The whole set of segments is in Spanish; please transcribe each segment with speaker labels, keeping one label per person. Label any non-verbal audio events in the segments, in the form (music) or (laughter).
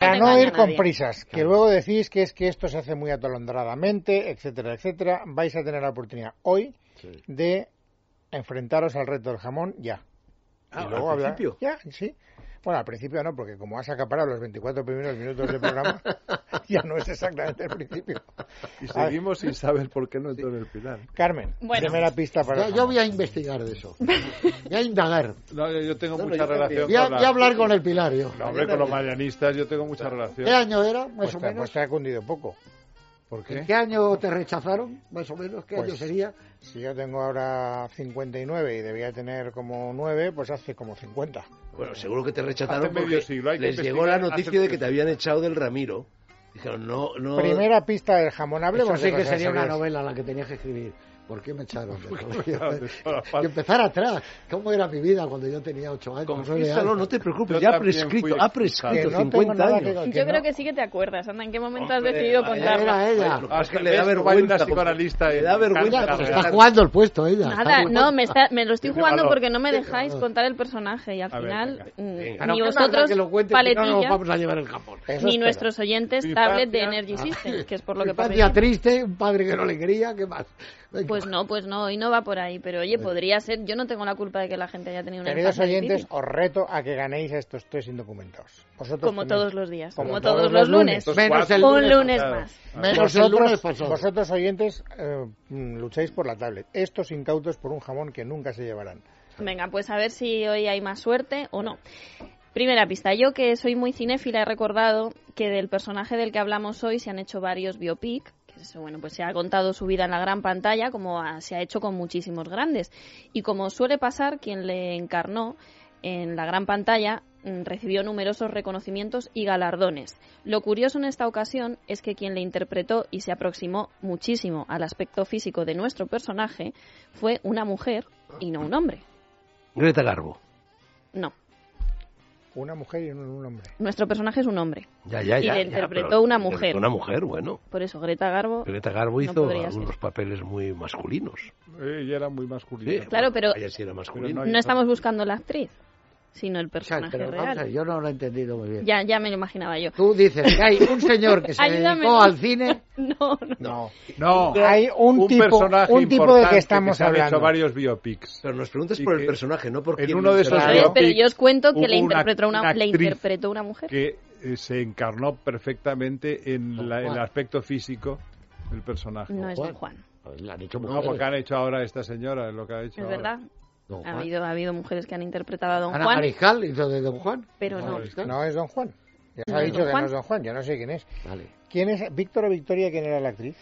Speaker 1: para
Speaker 2: engaña
Speaker 1: no
Speaker 2: a
Speaker 1: ir con
Speaker 2: nadie.
Speaker 1: prisas, que luego decís que es que esto se hace muy atolondradamente, etcétera, etcétera, vais a tener la oportunidad hoy
Speaker 3: Sí.
Speaker 1: de enfrentaros al reto del jamón ya.
Speaker 3: Ah,
Speaker 1: Y luego
Speaker 3: al
Speaker 1: habla-
Speaker 3: principio.
Speaker 1: Ya, sí. Bueno, al principio no, porque como has acaparado los 24 primeros minutos del
Speaker 4: (laughs)
Speaker 1: programa, ya no es exactamente el principio.
Speaker 3: Y
Speaker 1: A ver.
Speaker 3: seguimos sin saber por qué no entró en el final.
Speaker 1: Carmen,
Speaker 2: Bueno.
Speaker 1: primera pista para.
Speaker 4: Ya-
Speaker 1: el
Speaker 4: yo
Speaker 1: jamón.
Speaker 4: voy a investigar de eso. Voy a indagar.
Speaker 3: No, yo- yo tengo
Speaker 4: No, no,
Speaker 3: mucha
Speaker 4: yo
Speaker 3: relación
Speaker 4: Voy a,
Speaker 3: con la-
Speaker 4: voy a hablar con el Pilar yo.
Speaker 3: No, hombre, con los marianistas yo tengo mucha relación.
Speaker 4: ¿Qué año era, más
Speaker 1: Pues,
Speaker 4: o
Speaker 1: te,
Speaker 4: menos?
Speaker 1: pues te ha cundido poco.
Speaker 3: ¿Por
Speaker 4: ¿En
Speaker 3: qué?
Speaker 4: ¿Qué año te rechazaron, más o menos? ¿Qué
Speaker 1: Pues-
Speaker 4: año sería?
Speaker 1: Si yo tengo ahora 59 y debía tener como 9, pues hace como 50.
Speaker 5: Bueno, seguro que te rechazaron
Speaker 3: Hace medio
Speaker 5: porque
Speaker 3: siglo, hay que
Speaker 5: les llegó la
Speaker 3: investigar,
Speaker 5: noticia
Speaker 3: hace-
Speaker 5: de que te habían echado del Ramiro. Dijeron, no, no.
Speaker 1: Primera pista del jamón,
Speaker 4: Yo
Speaker 1: hablemos
Speaker 4: sé
Speaker 1: de
Speaker 4: que
Speaker 1: cosas
Speaker 4: sería una
Speaker 1: serias.
Speaker 4: novela la que tenías que escribir. ¿Por qué me
Speaker 3: (laughs)
Speaker 4: echaron? del colegio?
Speaker 3: de
Speaker 4: (laughs)
Speaker 3: todas partes.
Speaker 4: y empezar atrás. ¿Cómo era mi vida cuando yo tenía ocho años? nueve
Speaker 5: Confiésalo,
Speaker 4: años?
Speaker 5: no te preocupes,
Speaker 3: Yo
Speaker 5: ya ha
Speaker 3: también
Speaker 5: prescrito,
Speaker 3: fui
Speaker 5: ha
Speaker 1: Que
Speaker 5: prescrito
Speaker 1: no tengo
Speaker 5: 50
Speaker 1: nada
Speaker 5: años.
Speaker 1: Ah, que-
Speaker 2: Yo creo
Speaker 1: no.
Speaker 2: que sí que te acuerdas, anda, ¿en qué momento has
Speaker 5: Hombre,
Speaker 2: decidido
Speaker 5: vale,
Speaker 2: contarlo?
Speaker 4: Era ella.
Speaker 5: Bueno,
Speaker 3: Ah,
Speaker 5: es que
Speaker 3: ves,
Speaker 5: le da
Speaker 3: tú
Speaker 5: vergüenza.
Speaker 3: bailas psicoanalista
Speaker 5: le
Speaker 3: y
Speaker 5: da vergüenza.
Speaker 3: cantas,
Speaker 5: con-
Speaker 4: Está
Speaker 3: Carrera.
Speaker 4: jugando el puesto ella. está
Speaker 2: Nada,
Speaker 4: jugando. Ah,
Speaker 2: no, me, está- me lo estoy
Speaker 3: Tiene
Speaker 2: jugando
Speaker 3: valor.
Speaker 2: porque no me dejáis contar el personaje y al
Speaker 3: A ver,
Speaker 2: final
Speaker 3: venga.
Speaker 2: mm,
Speaker 5: Venga.
Speaker 4: Ah, no,
Speaker 2: ni
Speaker 4: qué maldad
Speaker 2: vosotros,
Speaker 4: que lo cuente, que no nos
Speaker 2: paletilla,
Speaker 4: vamos a llevar el Japón.
Speaker 1: Eso
Speaker 2: ni
Speaker 1: espera.
Speaker 2: nuestros oyentes,
Speaker 3: Infancia.
Speaker 2: tablet de Energy System, que es por lo que
Speaker 4: Infancia
Speaker 2: parece.
Speaker 4: triste, un padre que no le quería, ¿qué más? Venga.
Speaker 2: Pues no, pues no, hoy no va por ahí, pero oye, podría ser, yo no tengo la culpa de que la gente haya tenido una
Speaker 1: Queridos
Speaker 2: infancia
Speaker 1: oyentes,
Speaker 2: difícil,
Speaker 1: os reto a que ganéis a estos tres indocumentados. Vosotros
Speaker 2: como
Speaker 1: también.
Speaker 2: todos los días,
Speaker 1: como
Speaker 2: como, todos los lunes,
Speaker 3: Estos
Speaker 4: Menos
Speaker 3: cuatro-
Speaker 4: el
Speaker 2: un
Speaker 4: lunes
Speaker 2: lunes
Speaker 3: pasado.
Speaker 2: más.
Speaker 4: Menos el lunes
Speaker 1: Vosotros,
Speaker 4: pasado.
Speaker 1: vosotros oyentes eh, mm, lucháis por la tablet. Estos incautos por un jamón que nunca se llevarán.
Speaker 2: Venga, pues a ver si hoy hay más suerte o no. Primera pista, yo que soy muy cinéfila he recordado que del personaje del que hablamos hoy se han hecho varios biopic, que es, bueno, pues se ha contado su vida en la gran pantalla como ha- se ha hecho con muchísimos grandes y como suele pasar quien le encarnó en la gran pantalla mm, recibió numerosos reconocimientos y galardones. Lo curioso en esta ocasión es que quien le interpretó y se aproximó muchísimo al aspecto físico de nuestro personaje fue una mujer y no un hombre.
Speaker 5: Greta Garbo.
Speaker 2: No,
Speaker 1: Una mujer y un, un hombre.
Speaker 2: nuestro personaje es un hombre.
Speaker 5: Ya, ya,
Speaker 2: Y
Speaker 5: ya.
Speaker 2: le
Speaker 5: ya,
Speaker 2: interpretó
Speaker 5: pero
Speaker 2: una
Speaker 5: le interpretó
Speaker 2: mujer.
Speaker 5: Una mujer, bueno.
Speaker 2: Por eso Greta Garbo.
Speaker 5: Greta Garbo
Speaker 2: No
Speaker 5: hizo
Speaker 2: podría
Speaker 5: algunos
Speaker 2: ser.
Speaker 5: papeles muy masculinos.
Speaker 3: Ella Eh, era muy
Speaker 5: Sí,
Speaker 3: masculina.
Speaker 2: Claro,
Speaker 5: bueno,
Speaker 2: pero-
Speaker 5: Ella sí era masculina.
Speaker 3: Pero
Speaker 2: No estamos buscando la actriz, sino el
Speaker 4: O sea,
Speaker 2: personaje
Speaker 4: pero vamos a ver,
Speaker 2: real.
Speaker 4: yo no lo he entendido muy bien.
Speaker 2: Ya, ya me lo imaginaba yo.
Speaker 4: Tú dices que hay un señor
Speaker 2: (laughs)
Speaker 4: que se
Speaker 2: Ayúdame.
Speaker 4: dedicó al cine.
Speaker 2: (laughs) No, no.
Speaker 1: No.
Speaker 3: No,
Speaker 1: Hay un tipo-
Speaker 3: personaje
Speaker 1: un tipo de que
Speaker 3: importante
Speaker 1: estamos
Speaker 3: se han
Speaker 1: hablando.
Speaker 3: hecho varios biopics.
Speaker 5: Pero nos preguntas
Speaker 3: Y
Speaker 5: por el
Speaker 3: que
Speaker 5: personaje, no por
Speaker 3: en
Speaker 5: quién
Speaker 3: uno de esos
Speaker 2: A
Speaker 1: Claro.
Speaker 2: ver,
Speaker 3: biopics
Speaker 2: pero yo os cuento que
Speaker 3: hubo
Speaker 2: le interpretó una, le
Speaker 3: actriz
Speaker 2: interpretó una mujer.
Speaker 3: que eh, se encarnó perfectamente en la- el
Speaker 4: Juan.
Speaker 3: aspecto físico del personaje.
Speaker 2: No es Don
Speaker 4: Juan.
Speaker 2: Juan.
Speaker 4: La han hecho
Speaker 3: No, porque han hecho ahora esta señora, es lo que ha hecho.
Speaker 2: Es
Speaker 3: ahora.
Speaker 2: verdad. Ha habido, ha habido mujeres que han interpretado a Don
Speaker 4: Ana
Speaker 2: Juan,
Speaker 4: Mariscal hizo de Don Juan.
Speaker 2: pero no.
Speaker 3: Mariscal.
Speaker 1: No es don Juan. Ya os
Speaker 2: No
Speaker 1: ha
Speaker 2: es
Speaker 1: dicho
Speaker 2: don
Speaker 1: que
Speaker 2: Juan.
Speaker 1: no es don Juan. Yo no sé quién es.
Speaker 4: Vale.
Speaker 1: ¿Quién es? ¿Víctor o Victoria? ¿Quién era la actriz?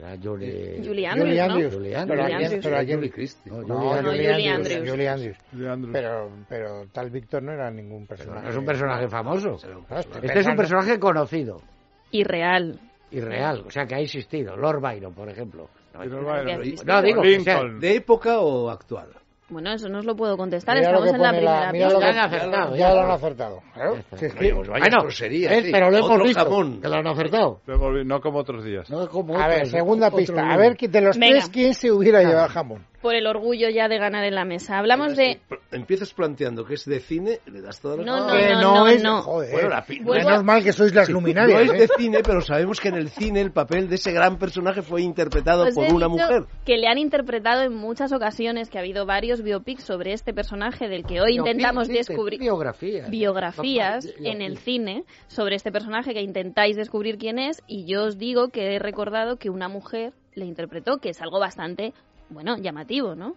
Speaker 4: Era Julie...
Speaker 2: Julie Andrews,
Speaker 1: Julie
Speaker 2: ¿no?
Speaker 1: Andrews.
Speaker 4: Julie
Speaker 1: Pero
Speaker 4: Andrews.
Speaker 1: a quién- pero a quién-
Speaker 5: Julie Christie.
Speaker 4: No,
Speaker 1: No,
Speaker 4: Julie
Speaker 1: Julie,
Speaker 2: Andrews.
Speaker 1: Andrews.
Speaker 2: Julie Andrews.
Speaker 1: Julie Andrews.
Speaker 3: De Andrew.
Speaker 1: Pero, pero tal Víctor no era ningún personaje.
Speaker 4: No es un personaje famoso.
Speaker 5: Será un
Speaker 1: No, estoy
Speaker 4: Este es un
Speaker 1: pensando-
Speaker 4: personaje conocido
Speaker 2: Y real.
Speaker 4: y real, o sea que ha existido. Lord Byron, por ejemplo. No,
Speaker 3: Pero
Speaker 2: Claro que
Speaker 3: bueno,
Speaker 2: existe.
Speaker 4: no, digo que sea-
Speaker 3: Lincoln.
Speaker 5: ¿De época o actual?
Speaker 2: Bueno, eso no os lo puedo contestar,
Speaker 1: Mira lo
Speaker 2: estamos
Speaker 1: que
Speaker 2: en la
Speaker 1: pone
Speaker 2: primera
Speaker 1: mira lo
Speaker 2: pista.
Speaker 4: Ya
Speaker 1: que-
Speaker 4: lo han acertado,
Speaker 1: Ya
Speaker 4: ya.
Speaker 1: lo han acertado. ¿eh? Claro.
Speaker 4: está.
Speaker 1: Si es que-
Speaker 5: Oye, pues vaya
Speaker 4: Bueno,
Speaker 5: grosería,
Speaker 4: es-
Speaker 5: sí.
Speaker 4: Eh, pero lo hemos
Speaker 5: Otro
Speaker 4: visto,
Speaker 5: jamón.
Speaker 4: que lo han acertado.
Speaker 3: Luego vi- no como otros días.
Speaker 4: No es como
Speaker 1: A
Speaker 4: otro-
Speaker 1: ver, segunda
Speaker 4: otro
Speaker 1: pista. A
Speaker 4: libro.
Speaker 1: ver, que de los
Speaker 2: Venga.
Speaker 1: tres, ¿quién se hubiera llevado el jamón?
Speaker 2: Por el orgullo ya de ganar en la mesa. Hablamos de...
Speaker 5: Pero Empiezas planteando que es de cine, le das toda la
Speaker 2: No, no,
Speaker 1: Que
Speaker 2: no, no,
Speaker 1: es...
Speaker 2: no.
Speaker 1: Joder.
Speaker 5: Bueno, la pi-
Speaker 2: Vuelvo-
Speaker 1: Menos mal que sois las luminarias.
Speaker 5: No es
Speaker 1: ¿eh?
Speaker 5: de cine, pero sabemos que en el cine el papel de ese gran personaje fue interpretado
Speaker 2: Os
Speaker 5: por
Speaker 2: Pues he
Speaker 5: una
Speaker 2: dicho
Speaker 5: mujer.
Speaker 2: Que le han interpretado en muchas ocasiones, que ha habido varios biopics sobre este personaje del que hoy
Speaker 4: Biopic,
Speaker 2: intentamos
Speaker 4: dices,
Speaker 2: descubrir
Speaker 4: biografías.
Speaker 2: biografías
Speaker 4: Biopic.
Speaker 2: en el cine sobre este personaje que intentáis descubrir quién es y yo os digo que he recordado que una mujer le interpretó, que es algo bastante, bueno, llamativo, ¿no?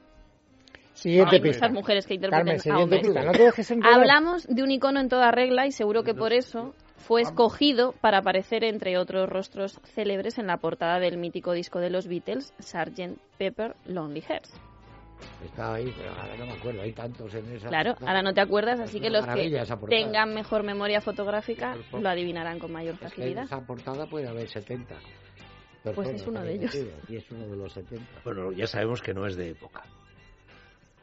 Speaker 1: Siguiente
Speaker 2: Hay
Speaker 1: pista.
Speaker 2: muchas mujeres que interpretan
Speaker 1: Carmen,
Speaker 2: a
Speaker 1: siguiente
Speaker 2: hombres.
Speaker 1: pista. No te dejes engañar.
Speaker 2: Hablamos de un icono en toda regla y seguro que por eso fue escogido para aparecer entre otros rostros célebres en la portada del mítico disco de los Beatles, Sgt. Pepper Lonely Hearts.
Speaker 4: Estaba ahí, pero ahora no me acuerdo, hay tantos en esa.
Speaker 2: Claro, ahora no te acuerdas, así
Speaker 4: Es
Speaker 2: que
Speaker 4: una
Speaker 2: los
Speaker 4: maravilla
Speaker 2: que
Speaker 4: esa portada.
Speaker 2: tengan mejor memoria fotográfica lo adivinarán con mayor
Speaker 4: Es que en
Speaker 2: facilidad.
Speaker 4: esa portada puede haber 70.
Speaker 2: Pues es uno de ellos.
Speaker 4: Y es uno de los 70.
Speaker 5: Bueno, ya sabemos que no es de época.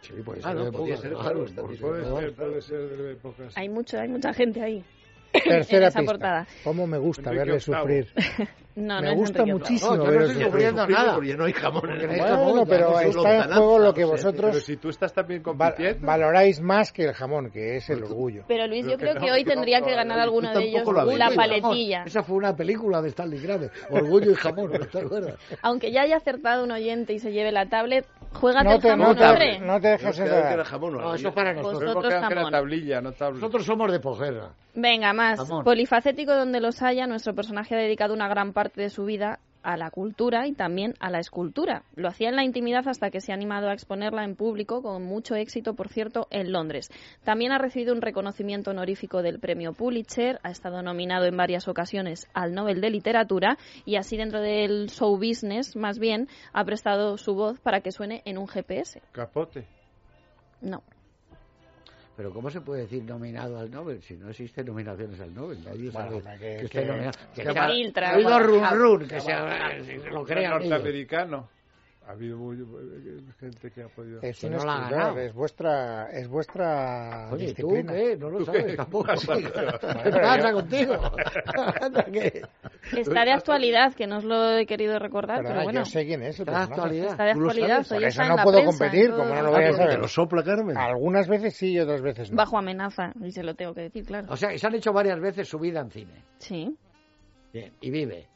Speaker 4: Sí, pues
Speaker 5: Ah, no, podía ser, claro, está
Speaker 4: por
Speaker 5: bien.
Speaker 3: Puede
Speaker 4: favor.
Speaker 3: ser, puede ser de épocas.
Speaker 2: Hay mucho, hay mucha gente ahí.
Speaker 1: Tercera
Speaker 2: esa
Speaker 1: pista.
Speaker 2: portada.
Speaker 1: ¿Cómo me gusta
Speaker 3: Enrique
Speaker 1: verle
Speaker 3: VIII.
Speaker 1: sufrir?
Speaker 2: No,
Speaker 1: Me
Speaker 2: no es
Speaker 1: gusta
Speaker 2: Enrique VIII.
Speaker 1: muchísimo.
Speaker 5: No, yo no
Speaker 1: pero
Speaker 5: estoy
Speaker 1: eso-
Speaker 5: sufriendo
Speaker 4: nada.
Speaker 5: porque no hay jamón en el
Speaker 4: Bueno,
Speaker 5: jamón,
Speaker 1: Bueno,
Speaker 5: ya
Speaker 1: pero
Speaker 5: no soy
Speaker 1: está en
Speaker 5: lontanazo,
Speaker 1: juego lo que
Speaker 5: o sea,
Speaker 3: Pero
Speaker 1: vosotros
Speaker 3: si tú estás también
Speaker 1: va-
Speaker 3: compitiendo.
Speaker 1: valoráis más que el jamón, que es el orgullo.
Speaker 2: Pero Luis, yo
Speaker 3: Creo
Speaker 2: creo
Speaker 3: que
Speaker 2: que
Speaker 3: no,
Speaker 2: hoy
Speaker 3: que no,
Speaker 2: tendría
Speaker 3: no,
Speaker 2: que
Speaker 3: no,
Speaker 2: ganar
Speaker 3: tú
Speaker 2: alguno de
Speaker 5: tampoco
Speaker 2: ellos
Speaker 5: lo habéis
Speaker 2: la
Speaker 5: visto.
Speaker 2: paletilla.
Speaker 4: Esa fue una película de Stanley Graves, Orgullo y Jamón, ¿no te acuerdas?
Speaker 2: Aunque ya haya acertado un oyente y se lleve la tablet, juégate
Speaker 1: No
Speaker 2: el
Speaker 1: te,
Speaker 2: jamón,
Speaker 1: no,
Speaker 2: hombre.
Speaker 1: te, no te
Speaker 5: Hemos
Speaker 1: dejes
Speaker 5: quedado que era
Speaker 1: enredar.
Speaker 5: jamón,
Speaker 4: (laughs) No,
Speaker 5: ahora
Speaker 4: eso
Speaker 5: yo-
Speaker 4: es para nosotros.
Speaker 3: Hemos
Speaker 2: Vosotros
Speaker 3: quedado que era
Speaker 2: jamón.
Speaker 3: tablilla, no
Speaker 2: Pues,
Speaker 3: tabla.
Speaker 4: Nosotros somos de posguerra.
Speaker 2: Venga, más.
Speaker 4: Jamón.
Speaker 2: Polifacético donde los haya, nuestro personaje ha dedicado una gran parte de su vida a la cultura y también a la escultura. Lo hacía en la intimidad hasta que se ha animado a exponerla en público, con mucho éxito, por cierto, en Londres. También ha recibido un reconocimiento honorífico del premio Pulitzer, ha estado nominado en varias ocasiones al Nobel de Literatura y así dentro del show business, más bien, ha prestado su voz para que suene en un GPS.
Speaker 3: Capote.
Speaker 2: No.
Speaker 4: Pero ¿cómo se puede decir nominado al Nobel si no existen nominaciones al Nobel? Nadie
Speaker 1: Bueno,
Speaker 4: sabe
Speaker 1: que-
Speaker 4: que está
Speaker 1: que-
Speaker 4: nominado.
Speaker 1: que
Speaker 4: sea-
Speaker 2: para- filtra,
Speaker 4: ha habido
Speaker 2: para-
Speaker 4: run run, que sea, que se lo
Speaker 3: Era
Speaker 4: crean ellos.
Speaker 3: norteamericano. Ha habido muy- eh, gente que ha podido.
Speaker 1: Es
Speaker 4: Que
Speaker 1: un
Speaker 4: no la ha
Speaker 1: escritor,
Speaker 4: ganado.
Speaker 1: es vuestra, es vuestra
Speaker 4: Oye, ¿tú
Speaker 1: disciplina.
Speaker 4: qué? No lo
Speaker 3: ¿Tú qué?
Speaker 4: sabes tampoco. (laughs)
Speaker 3: ¿Qué pasa?
Speaker 4: ¿Qué pasa contigo? Anda, que-
Speaker 2: Está de actualidad, que no os lo he querido recordar,
Speaker 1: Perdona,
Speaker 2: pero bueno.
Speaker 1: ah, yo sé quién es el
Speaker 4: Está de
Speaker 1: personaje.
Speaker 4: actualidad.
Speaker 2: Está de
Speaker 5: Tú lo sabes,
Speaker 2: actualidad,
Speaker 1: por
Speaker 2: hoy
Speaker 1: eso
Speaker 2: está en
Speaker 1: no
Speaker 2: la
Speaker 1: puedo
Speaker 2: prensa,
Speaker 1: competir,
Speaker 2: en todo-
Speaker 1: como no lo
Speaker 5: Ah,
Speaker 1: voy a
Speaker 5: porque
Speaker 1: saber.
Speaker 5: lo sopla
Speaker 4: pues.
Speaker 5: Carmen.
Speaker 1: Algunas veces sí y otras veces no.
Speaker 2: Bajo amenaza, y se lo tengo que decir, claro.
Speaker 4: O sea, que se han hecho varias veces su vida en cine.
Speaker 2: Sí.
Speaker 4: Bien, y vive.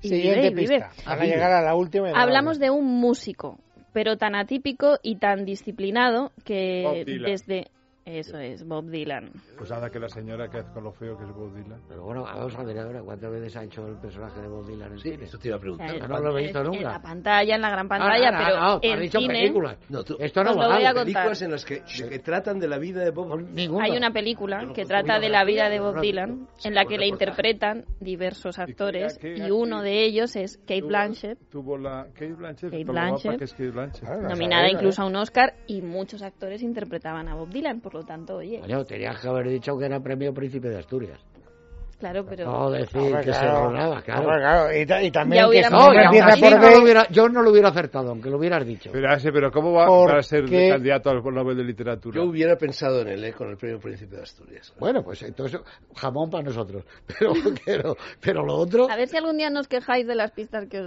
Speaker 2: Y
Speaker 1: Siguiente
Speaker 2: vive, y vive.
Speaker 1: pista. Van a
Speaker 4: Vive.
Speaker 1: llegar a la última. y no
Speaker 2: Hablamos
Speaker 1: la
Speaker 2: de un músico, pero tan atípico y tan disciplinado que
Speaker 3: Bob Dylan.
Speaker 2: desde... Eso es, Bob Dylan.
Speaker 3: Pues nada, que la señora que hace con lo feo que es Bob Dylan.
Speaker 4: Pero bueno, vamos a ver ahora cuántas veces ha hecho el personaje de Bob Dylan en
Speaker 5: Sí,
Speaker 4: cine.
Speaker 5: eso te iba a preguntar.
Speaker 2: Eh,
Speaker 4: no lo he visto
Speaker 2: en- En
Speaker 4: nunca.
Speaker 2: la pantalla, en la gran
Speaker 4: Ah,
Speaker 2: pantalla,
Speaker 4: ah,
Speaker 2: pero
Speaker 4: ah, ah, has
Speaker 2: en
Speaker 4: dicho
Speaker 2: cine
Speaker 4: películas.
Speaker 5: No, tú-
Speaker 4: Esto no
Speaker 2: Os lo voy
Speaker 4: vale.
Speaker 2: a contar.
Speaker 5: películas en las que, de que tratan de la vida de Bob.
Speaker 4: Ninguno.
Speaker 2: hay una película
Speaker 5: no
Speaker 2: que
Speaker 5: conozco
Speaker 2: trata
Speaker 5: una
Speaker 2: de la vida
Speaker 5: biografía,
Speaker 2: de
Speaker 5: no
Speaker 2: Bob
Speaker 5: la he
Speaker 2: Dylan,
Speaker 5: visto.
Speaker 2: en la que
Speaker 5: Por
Speaker 2: le
Speaker 4: pues,
Speaker 5: reportaje.
Speaker 2: interpretan diversos
Speaker 3: qué-
Speaker 2: actores,
Speaker 3: qué
Speaker 2: y
Speaker 3: actriz?
Speaker 2: uno de ellos es Kate
Speaker 3: Tuvo-
Speaker 2: Blanchett,
Speaker 3: Tuvo la. Kate Blanchett.
Speaker 2: Kate
Speaker 3: por lo guapa
Speaker 2: Blanchett.
Speaker 3: que es Kate Blanchett.
Speaker 1: Claro, la
Speaker 2: nominada
Speaker 1: sabía,
Speaker 2: incluso a un Oscar, y muchos actores interpretaban a Bob Dylan, por lo tanto, oye,
Speaker 4: Coño, tenías que haber dicho que era premio Príncipe de Asturias.
Speaker 2: claro, pero...
Speaker 4: No decir
Speaker 1: Hombre,
Speaker 4: que se
Speaker 1: claro.
Speaker 4: rolaba, claro.
Speaker 1: Hombre, claro, Y, ta- y
Speaker 2: Ya
Speaker 1: también que
Speaker 2: hubiéramos-
Speaker 1: no
Speaker 4: No, y aún
Speaker 1: empieza
Speaker 4: así
Speaker 1: por
Speaker 4: no lo
Speaker 1: B,
Speaker 4: hubiera- yo no lo hubiera acertado, aunque lo hubieras dicho.
Speaker 3: Pero, ah, sí, pero ¿cómo va,
Speaker 1: ¿Por
Speaker 3: va a ser
Speaker 1: qué?
Speaker 3: candidato al Nobel de Literatura?
Speaker 5: Yo hubiera pensado en él, eh, con el premio Príncipe de Asturias.
Speaker 4: Bueno, pues entonces, jamón para nosotros. (laughs) Pero, pero, pero lo otro.
Speaker 2: A ver si algún día nos quejáis de las pistas que os